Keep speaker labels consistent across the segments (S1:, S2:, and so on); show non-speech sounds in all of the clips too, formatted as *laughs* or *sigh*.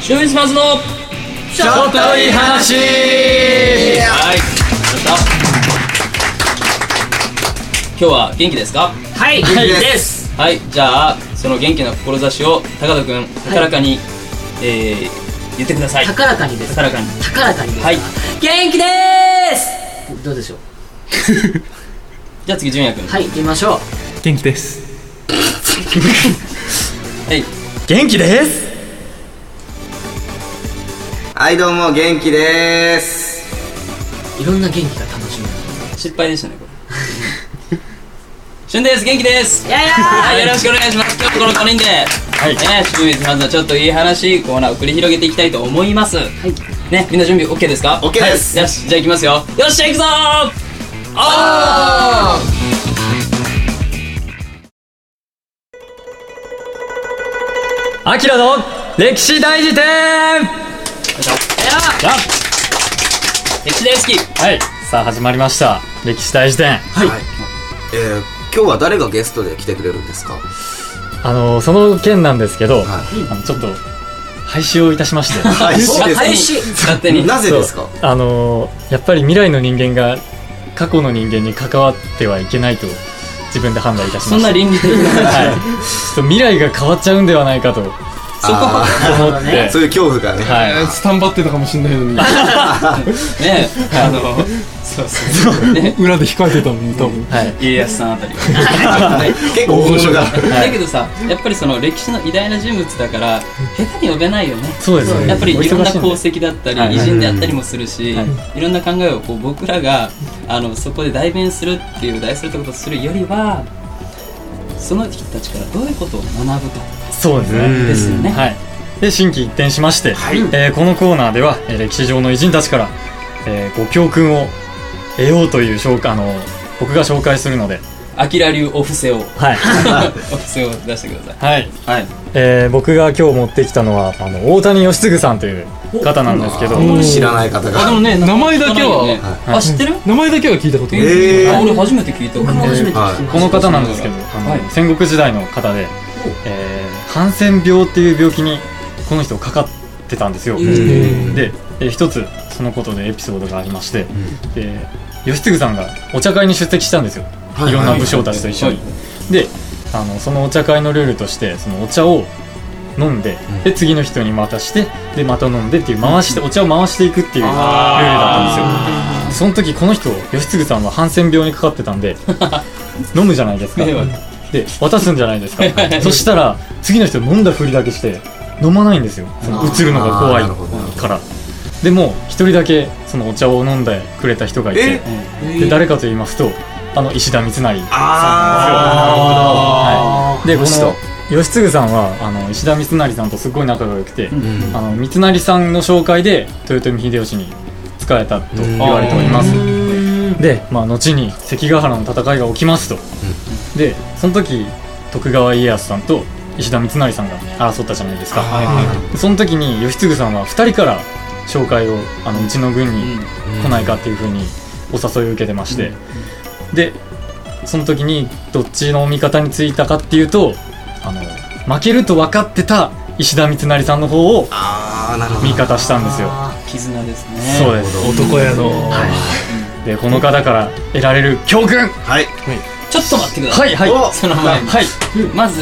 S1: シューインスパーズの
S2: ちょっといい話
S1: はいやった今日は元気ですか
S3: はい
S2: はい
S3: です
S1: はいじゃあその元気な志を高田君高らかに、えー言ってください
S3: 高らかにです
S1: 高らかに
S3: 高らかにです
S1: はい
S3: 元気でーすどうでしょう
S1: じゃあ次純也君
S3: はい行ってみましょう
S2: 元気です
S1: はい
S2: 元気です
S4: はいどうも元気でーす
S3: いろんな元気が楽しみ
S1: 失敗でしたねこれ俊です元気です
S3: やいや
S1: はい、よろしくお願いします。今日この5人で、はい、ね、清水さんのちょっといい話コーナーを繰り広げていきたいと思います。はい。ね、みんな準備 OK ですか
S4: OK です
S1: はいよし、じゃあ行きますよ。よっしゃ、行くぞーおー
S2: アキラの歴史大辞典
S1: よいしょ。じゃあ歴史大好き
S2: はいさあ始まりました歴史大辞典
S4: はい、えー、今日は誰がゲストで来てくれるんですか
S2: あのその件なんですけど、
S4: は
S2: あのちょっと廃止をいたしまして
S4: はいそうです
S1: 勝手に勝手に。
S4: なぜですか
S2: そうあのやっぱり未来の人間が過去の人間に関わってはいけないと自分で判断いたし
S1: そ
S2: ま
S1: ん
S2: した
S1: な倫理的な。
S2: はい、ちょっと未来が変わっちゃうんではないかと思
S4: そこは
S2: って、
S4: そういう恐怖がね、
S2: はい、
S5: スタンバってたかもしれないのに
S1: ねあの、そうそう。ね
S5: 裏で控えてたのに多分
S2: はい、
S1: 家康さんあたりは。
S4: 結構本性が
S1: だけどさ、やっぱりその歴史の偉大な人物だから、下手に呼べないよね。
S2: そうですね
S1: やっぱりいろんな
S2: お忙しい
S1: 功績だった
S2: はい
S1: り偉人であったりもするし、
S2: はい
S1: いろんな考えをこう僕らがあのそこで代弁するっていう大それたことをするよりはその人たちからどういうことを学ぶか
S2: そうですね
S1: ですよね。
S2: はい、で心機一転しまして、えーこのコーナーでは、えー歴史上の偉人たちから、えーご教訓を得ようという紹介あの僕が紹介するので、
S1: アキラ流お布施を
S2: はい
S1: *laughs* お布施を出してくださ
S2: *laughs* はい
S1: い。はい。
S2: えー僕が今日持ってきたのはあの大谷義嗣さんという方なんですけど、
S5: お
S4: 知らない方
S1: あで
S4: が
S1: もね
S5: 名前だけは
S1: 聞かないよねあ知ってる？
S5: 名前だけは聞いたことない
S4: え
S1: あ
S4: ー、
S1: 俺初めて聞いた。
S3: 僕も初めて聞きました
S2: この方なんですけど、あの
S1: はい
S2: 戦国時代の方で、えーハンセン病っていう病気にこの人かかってたんですよ。で、えー一つそのことでエピソードがありまして、で義嗣さんがお茶会に出席したんですよ、
S4: いはい
S2: いろんな武将たちと一緒に。
S1: は
S2: であのそのお茶会のルールとしてそのお茶を飲んで,、で次の人にまたしてでまた飲んでっていう回して、お茶を回していくっていうルールだったんですよその時この人義嗣さんはハンセン病にかかってたんで飲むじゃないですか
S1: 迷惑
S2: で渡すんじゃないですかそしたら次の人飲んだふりだけして飲まないんですよその映るのが怖
S4: あーないるほど
S2: からでも一人だけそのお茶を飲んでくれた人がいてで誰かと言いますとあの石田三成さんなんですよ
S4: あ
S2: はい、でこ
S4: この人
S2: の義嗣さんはあの石田三成さんとすごい仲が良くて、
S1: ん
S2: あの三成さんの紹介で豊臣秀吉に仕えたと言われておりますで、まあ、後に関ヶ原の戦いが起きますと、でその時徳川家康さんと石田三成さんが争ったじゃないですか、その時に義嗣さんは2人から紹介をあのうちの軍に来ないかっていうふうにお誘いを受けてまして、でその時にどっちのお味方についたかっていうとあの負けると分かってた石田三成さんの方を
S4: あーなるほど
S2: 味方したんですよ
S1: 絆ですね。
S2: そうです
S5: 男やの
S2: でこの方から得られる教訓
S4: はい
S1: ちょっと待ってくださ。
S2: はいいはい
S4: お
S1: その前に
S2: はい
S1: まず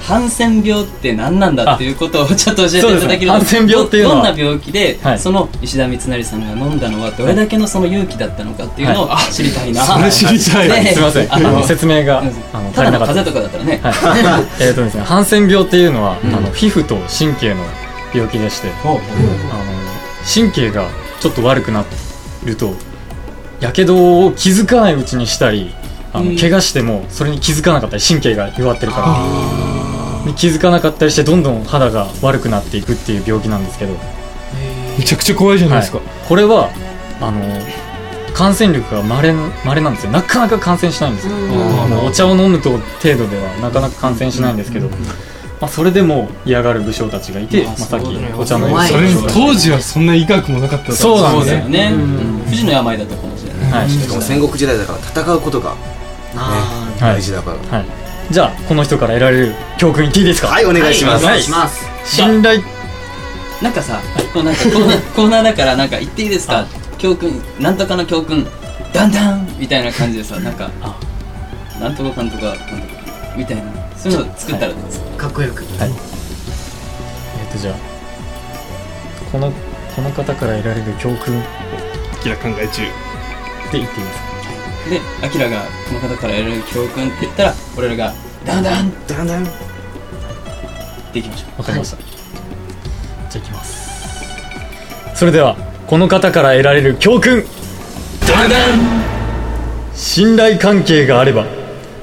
S1: ハンセン病って何なんだっていうことをちょっと教えていただけると
S2: そうですねハンセン病っていうの
S1: ど
S2: は
S1: どんな病気で、
S2: はい
S1: その石田三成さんが飲んだのはどれだけのその勇気だったのかっていうのを知りたいな、
S5: それ知りたい
S1: ね
S2: すいません
S1: あ
S2: あ
S1: の
S2: の説明があ
S1: あ
S2: の
S1: の
S2: 足
S1: ただ
S2: りな
S1: の
S2: かった
S1: 風邪とかだったらね、
S2: はい、えっとですねハンセン病っていうのは、あの皮膚と神経の病気でして、あの神経がちょっと悪くなるとやけどを気づかないうちにしたりあの、怪我してもそれに気づかなかったり神経が弱ってるからで気づかなかったりしてどんどん肌が悪くなっていくっていう病気なんですけど、
S5: めちゃくちゃ怖いじゃない
S2: は
S5: で
S2: い
S5: すか、、
S2: これはあの感染力がまれなんですよなかなか感染しないんですよあのお茶を飲むと程度ではなかなか感染しないんですけど、まあ、それでも嫌がる武将たちがいて、まあ、さっきお茶の
S3: 怖い
S5: それに当時はそんな医学もなかった
S2: そうなんです
S1: だ
S2: よ
S1: よね、うん不治の病だったかもしれない、
S2: はい
S4: しかも戦国時代だから戦うことが
S3: あ
S2: は
S4: 大
S2: い
S4: 事だからは
S2: はい、じゃあこの人から得られれる教訓言っていいですか、
S4: い、お願いします、
S3: ーお
S2: は
S3: 願いします
S2: 信頼
S1: なんかさこうなんかコーナーコーナーだからなんか言っていいですか教訓なんとかの教訓だんだんみたいな感じでさなんか
S2: あ
S1: なんとかかんとかなんとかみたいなそういうの作ったらどうですか
S3: かっこよく。
S2: はいえっとじゃあこのこの方から得られる教訓
S5: キラ考え
S2: で
S5: 中
S2: 言っていいですか
S1: でアキラがこの方からやる教訓って言ったら俺らがだんだんっ
S4: だんだん
S1: ていきましょう
S2: わかりました、じゃあいきますそれではこの方から得られる教訓
S1: だんだん
S2: 信頼関係があれば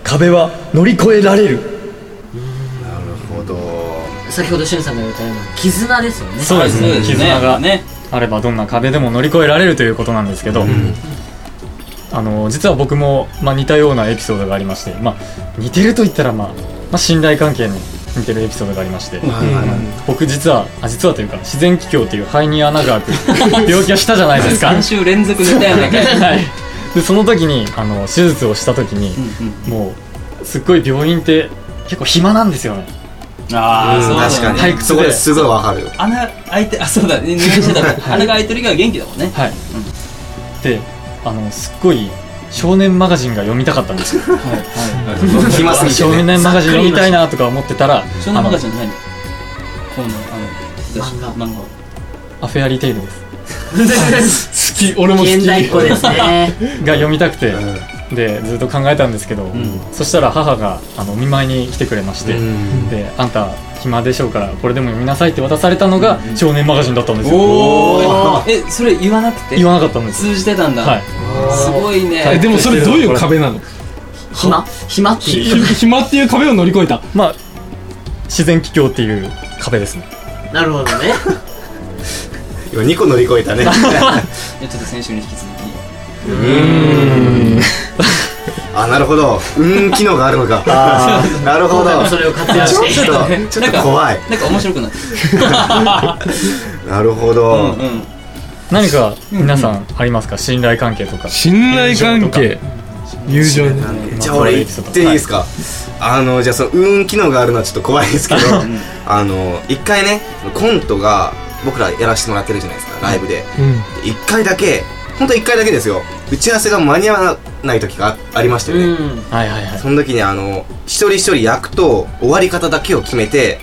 S2: 壁は乗り越えられる
S4: なるほど
S3: 先ほどしゅんさんが言ったような絆ですよね。
S2: そうですね
S1: はい
S2: 絆が
S1: ね
S2: あればどんな壁でも乗り越えられるということなんですけど、あの実は僕も、まあ、似たようなエピソードがありまして、まあ、似てると言ったら、まあまあ信頼関係に似てるエピソードがありまして、
S4: はいはいはい
S2: 僕実はあ実はというか自然気胸という肺に穴が開く病気はしたじゃないですか *laughs*
S1: 3週連続出たよね
S2: はい、でその時にあの手術をした時に、
S1: うんうん
S2: もうすっごい病院って結構暇なんですよね
S1: ああそうだ
S4: 確かに、
S2: 退屈で
S4: そこですごいわかるよ
S1: 穴開いてあそうだね入院してたから穴が開いてる以外は元気だもんね
S2: はい、であのすっごい少年マガジンが読みたかったんですよ
S4: *laughs* 暇すぎて
S2: 少
S4: ね
S2: 年マガジン読みたいなとか思ってたら
S1: 少年漫画じ
S2: ン
S1: ゃないのこのあの雑誌
S3: 漫画
S1: 漫画
S2: アフェアリーテイルです
S5: 好き俺も好き
S3: 現代っ子ですね。
S2: が読みたくて、
S4: うん
S2: でずっと考えたんですけど、
S1: ん
S2: そしたら母があのお見舞いに来てくれまして、
S4: うん
S2: で「あんた暇でしょうからこれでも読みなさい」って渡されたのが少年マガジンだったんですよ、
S1: おーえそれ言わなくて
S2: 言わなかったんですよ
S1: 通じてたんだ、
S2: はい
S1: すごいね、
S5: えでもそれどういう壁なの
S3: 暇暇って
S5: ひ
S3: いう。
S5: ひ暇っていう壁を乗り越えた
S2: まあ自然気境っていう壁ですね
S3: なるほどね。
S4: 今2個乗り越えたね
S1: いやちょっと先週に引き続き
S4: あなるほどうーん機能があるのか *laughs* なるほ
S3: 今回
S4: ど
S3: も *laughs* それを活用
S4: ちょ
S3: して。
S4: っとちょっと怖い
S1: なんか面白くなってき
S4: なるほ
S1: たう
S4: ど、
S1: んうん
S2: 何か皆さんありますか信頼関係とか
S5: 信頼関係友情ね
S4: なんでじゃあ俺言っていいですか、あのじゃあそのうーん機能があるのはちょっと怖いですけどあの一回ねコントが僕らやらせてもらってるじゃないですかライブで
S5: うん
S4: 一回だけ本当一回だけですよ打ち合わせが間に合わない時があありましたよね、
S3: うん。
S2: はいはいはい
S4: その時にあの一人一人役と終わり方だけを決めて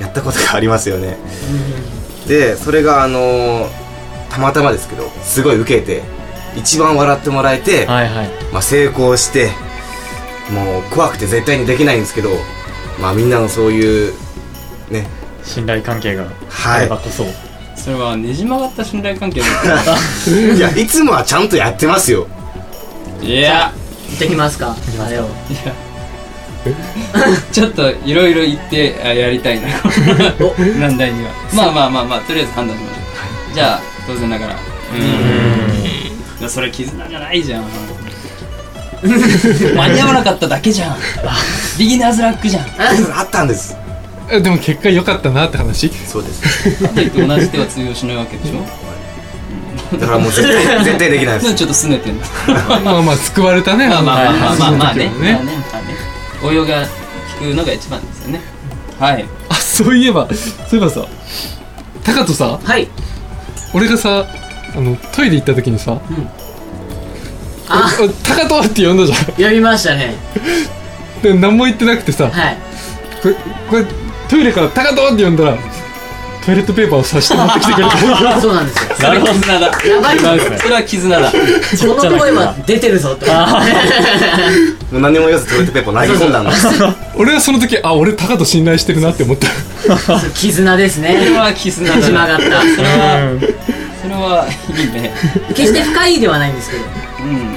S4: やったことがありますよねでそれがあのたまたまですけどすごい受けて一番笑ってもらえて、
S2: はいはい
S4: まあ、成功してもう怖くて絶対にできないんですけどまあみんなのそういうね
S2: 信頼関係があればこそ、
S1: それはねじ曲がった信頼関係だ
S4: いやいつもはちゃんとやってますよ
S1: いや
S3: 行ってきますか。
S2: きますか
S3: あれを。
S1: ちょっといろいろ言ってあやりたい *laughs* な難題にはまあまあまあまあとりあえず判断しましょうじゃあ当然ながらうんそれ絆じゃない *laughs* じゃん間に合わなかっただけじゃんビギナーズラックじゃんっ
S4: あったんです
S5: えでも結果良かったなって話
S4: そうです
S1: て言って同じ手は通用しないわけでしょ
S4: だからもう絶対絶対できないで
S1: ちょっ
S4: す
S1: と拗ねてんの
S5: まあまあ救われたね
S1: まあまあまあまあまあね
S5: の時
S1: まあ
S5: は
S1: ねまあね応用が効くのが一番ですよねはい
S5: あそういえばそういえばさタカトさ
S3: はい。
S5: 俺がさあのトイレ行った時にさ
S3: あ、
S5: おタカトって呼んだじゃ
S3: 読みましたね。
S5: んで何も言ってなくてさ
S3: はい。
S5: これこれトイレから「タカト!」って呼んだらトイレットペーパーをさして持ってき
S2: *laughs*
S5: てくれた
S3: そうなんですよ。
S1: それは絆だ
S3: やばいぞ。
S1: それは絆だ
S3: このとこ今出てるぞ *laughs* って。
S4: もう何も言わずトイレットペーパー投げ込んだんだ
S2: *laughs*
S5: 俺はその時あ俺タカト信頼してるなって思った
S3: そう絆ですね。
S1: それは *laughs* 絆だ
S3: ねじ曲が
S1: な
S3: っ
S1: そ
S3: *laughs*
S1: れはそれはいいね
S3: た。決して深い意味ではないんですけど。
S1: うん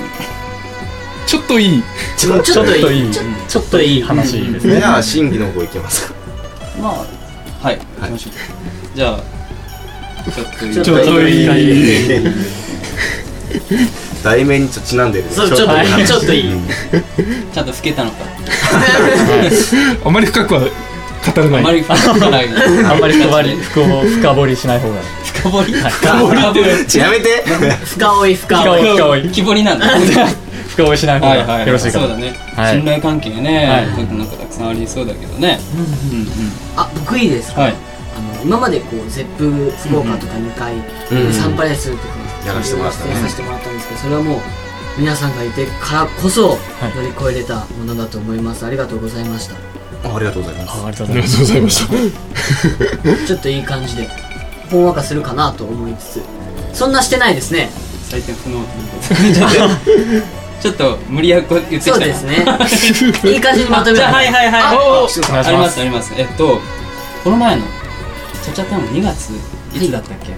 S5: ちょっといい
S4: ちょっと
S3: ちょっと
S2: ちょっとい
S3: い
S2: い
S3: い。ちょちょっといい話。
S2: 話ですね、
S4: じゃあ審議の方行きますか
S1: まあはい行きましょうじゃあちょっといい
S3: ちょっとい
S4: い題名にちょっ *laughs* とちなんでるね
S3: そう、ちょっといい。ちょっといい。
S1: ちゃんと老けたのか
S5: あまり深くは語ら
S1: あ
S5: な
S1: ま
S5: い
S1: り深掘ら *laughs* ない
S2: あんまり深掘り深掘深掘りしない方が
S1: 深掘り深掘り
S4: やめて *laughs*
S3: 深追い深
S2: 深
S3: 追い。
S2: 掘深掘
S1: 木掘りなんだ
S2: 深掘しない方がよろしいか
S1: そう
S2: と、
S1: だね
S2: はい
S1: 信頼関係ね
S2: はい
S1: なんかたくさんありそうだけどねうんうん
S3: あ、僕いいですか
S1: はい
S3: あの、今までこうゼップ福岡とか2回、
S4: うん
S3: サンパレスとか
S4: やらせてもらったね
S3: 出演させてもらったんですけどそれはもう皆さんがいてからこそ
S2: い
S3: 乗り越えれたものだと思います、ありがとうございました
S4: あありがとうございます
S2: ありがとう
S5: あ
S2: ございま
S5: りがと
S2: す
S5: うございました
S3: ちょっといい感じでほんわかするかなと思いつつそんなしてないですね
S1: 採点 *laughs* 不能ということでちょっと無理やりこう言ってきた
S3: そうですねいい感じにまとめ
S1: じ
S3: た
S1: ゃあはいはいはい
S3: あ
S1: おお
S4: 岸田
S2: お願い
S1: あ
S2: し
S1: りま
S2: ますす
S1: ありますえっとこの前のチャチャタウン2月いつだったっけ、
S3: えー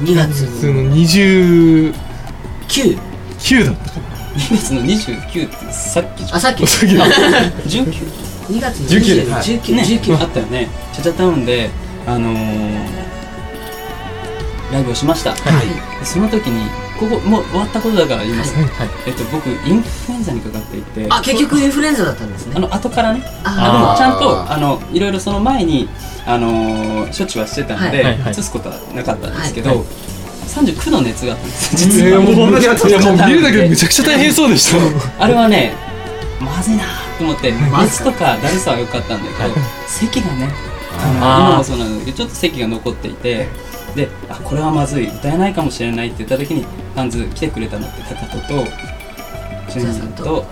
S3: 2月
S5: 普通の29
S3: 9
S5: だったかな
S1: 2月の29ってさっきじゃん
S3: あさっき
S5: お先に
S1: 19
S3: 2月の
S2: 19
S3: 20
S4: はい
S3: 19
S1: ね
S3: 19
S1: あったよねチャチャタウンであのー、ライブをしました、はい、その時にここもう終わったことだから言います、
S2: はい
S1: えっと僕インフルエンザにかかっていて
S3: あ結局インフルエンザだったんです
S1: あ
S3: ね
S1: の後からね
S3: あ
S1: あでも
S4: ー
S1: ちゃんとあのいろいろその前に、あのー処置はしてたんで、
S3: はい
S2: はいはい
S1: 移すことはなかったんですけど、
S2: はい
S1: 39度熱があったんですよ実
S5: いや
S1: は、
S5: もう
S4: こんなにやった
S5: いやもう見るだけでめちゃくちゃ大変そうでした
S1: あれはねまずいなーと思って
S3: マジ
S1: 熱
S3: か
S1: とかだるさは良かったんだけど、咳がね
S2: あー
S1: 今もそうなんだけどちょっと咳が残っていてであこれはまずい歌えないかもしれないって言った時にハンズ来てくれたのって高人と純也さんと
S3: 和
S1: 和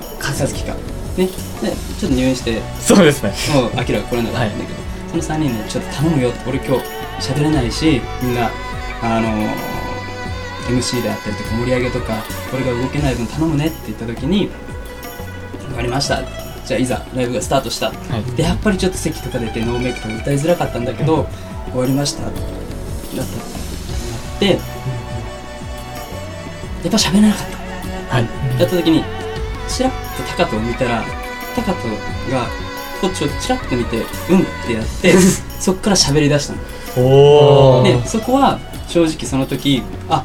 S1: 樹かねでちょっと入院して
S2: そうですね
S1: もう明らかこれなかったんだけど、その3人でちょっと頼むよって俺今日喋れないしみんなあのー MC であったりとか盛り上げとか俺が動けない分頼むねって言った時に「分かりました」じゃあいざライブがスタートした、
S2: い
S1: でやっぱりちょっと席とか出てノーメイクとか歌いづらかったんだけど、終わりましただったなってやっぱ喋れなかった
S2: はい
S1: やった時にチラッと高カを見たら高カがこっちをチラッと見て「うん」ってやって
S2: *laughs*
S1: そっから喋り出したの
S2: おお
S1: でそこは正直その時あ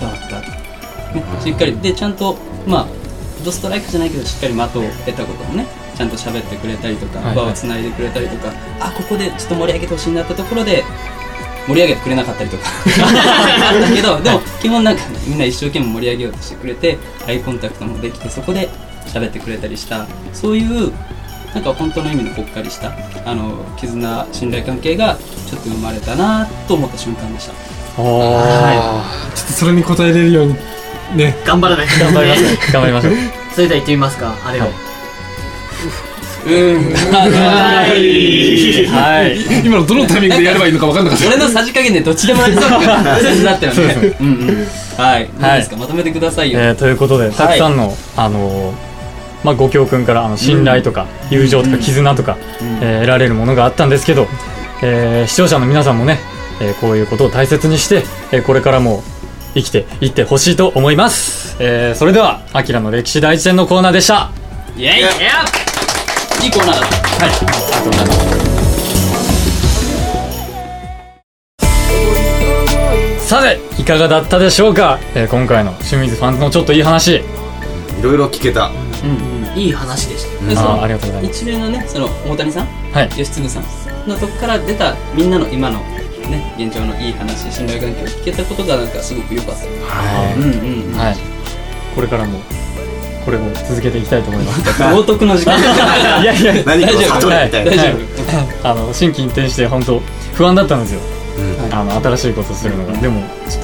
S1: 伝わった、ね、しっかりでちゃんとまあドストライクじゃないけどしっかり的を得たこともねちゃんと喋ってくれたりとか、
S2: はいはい
S1: 輪をつないでくれたりとかあここでちょっと盛り上げてほしいなってところで盛り上げてくれなかったりと
S2: *laughs*
S1: かあったけどでも基本なんかみんな一生懸命盛り上げようとしてくれてアイコンタクトもできてそこで喋ってくれたりしたそういうなんか本当の意味のほっかりしたあの絆信頼関係がちょっと生まれたなと思った瞬間でした
S2: は
S5: ちょっとそれに応えれるように
S3: *laughs*
S5: ね
S3: 頑張らないと
S2: い頑張りましょう頑張りましょう
S3: それでは行ってみますかあれを
S2: はい
S1: うんはい
S2: はい
S5: 今のどのタイミングでやればいいのか分かんなかった
S1: 俺のさじ加減でどっちでもありそうな感じだったよ
S2: そう
S1: ね
S2: で
S1: うんうんはい何ですかまとめてくださいよ
S2: えーということでたくさんの、あのーまあ、ご教訓からあの信頼とか友情と
S1: うんう
S2: か
S1: ん
S2: 絆とか、
S1: うん
S2: えー得られるものがあったんですけど、えー視聴者の皆さんもね、えーこういうことを大切にして、えーこれからも生きていってほしいと思います、えーそれでは「アキラの歴史第一戦」のコーナーでした
S1: イエイいいコーナーだった
S2: さていかがだったでしょうか、えー今回の清水ファンズのちょっといい話
S4: いろいろ聞けた
S3: いい話でした
S1: でそ
S2: あー
S1: の
S2: ありがとうございます
S1: 一流のねその大谷さん
S2: はい
S1: 吉次さんのとこから出たみんなの今のね現状のいい話信頼関係を聞けたことがなんかすごく良かった
S2: は
S1: う
S2: い
S1: んうんうん
S2: はいこれからもこれを続けていきたいと思います
S1: *laughs* 冒涜の時間 *laughs*
S2: いやいや
S4: 何かを悟れ
S2: はい
S4: みたいな
S1: 大丈夫
S2: あの心機一転して本当不安だったんですよ、
S4: う
S2: あの新しいことするのがでもちょっ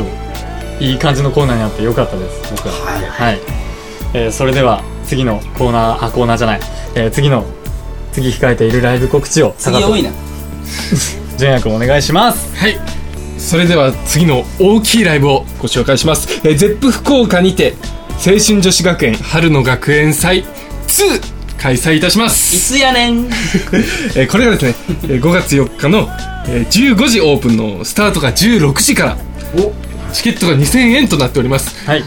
S2: といい感じのコーナーになってよかったです僕は
S4: はい
S2: はい、えーそれでは次のコーナーあコーナーじゃない、えー次の次控えているライブ告知を
S1: 次
S2: 坂
S1: 多い
S2: 戸
S1: な
S2: 純也君お願いします
S5: はいそれでは次の大きいライブをご紹介しますえーゼップ福岡にて青春女子学園春の学園祭2開催いたします
S1: いつやねん
S5: えーこれがですね、えー5月4日の、えー15時オープンのスタートが16時からチケットが2000円となっております
S2: はい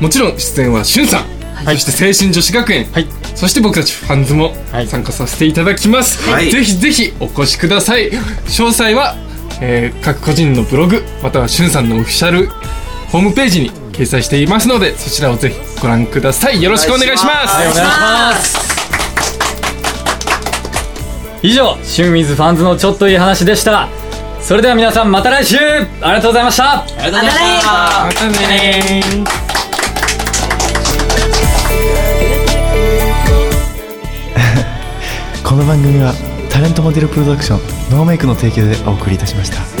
S5: もちろん出演はしゅんさん、
S2: はい
S5: そして青春女子学園、
S2: はい
S5: そして僕たちファンズも
S2: はい
S5: 参加させていただきます、
S4: はい
S5: ぜひぜひお越しください詳細は、えー各個人のブログまたはしゅんさんのオフィシャルホームページに掲載していますのでそちらをぜひご覧くださいよろしくお願いします
S2: はいお願いします以上清水ファンズのちょっといい話でしたそれでは皆さんまた来週ありがとうございました
S1: ありがとうございました
S5: またねー
S6: この番組はタレントモデルプロダクションノーメイクの提供でお送りいたしました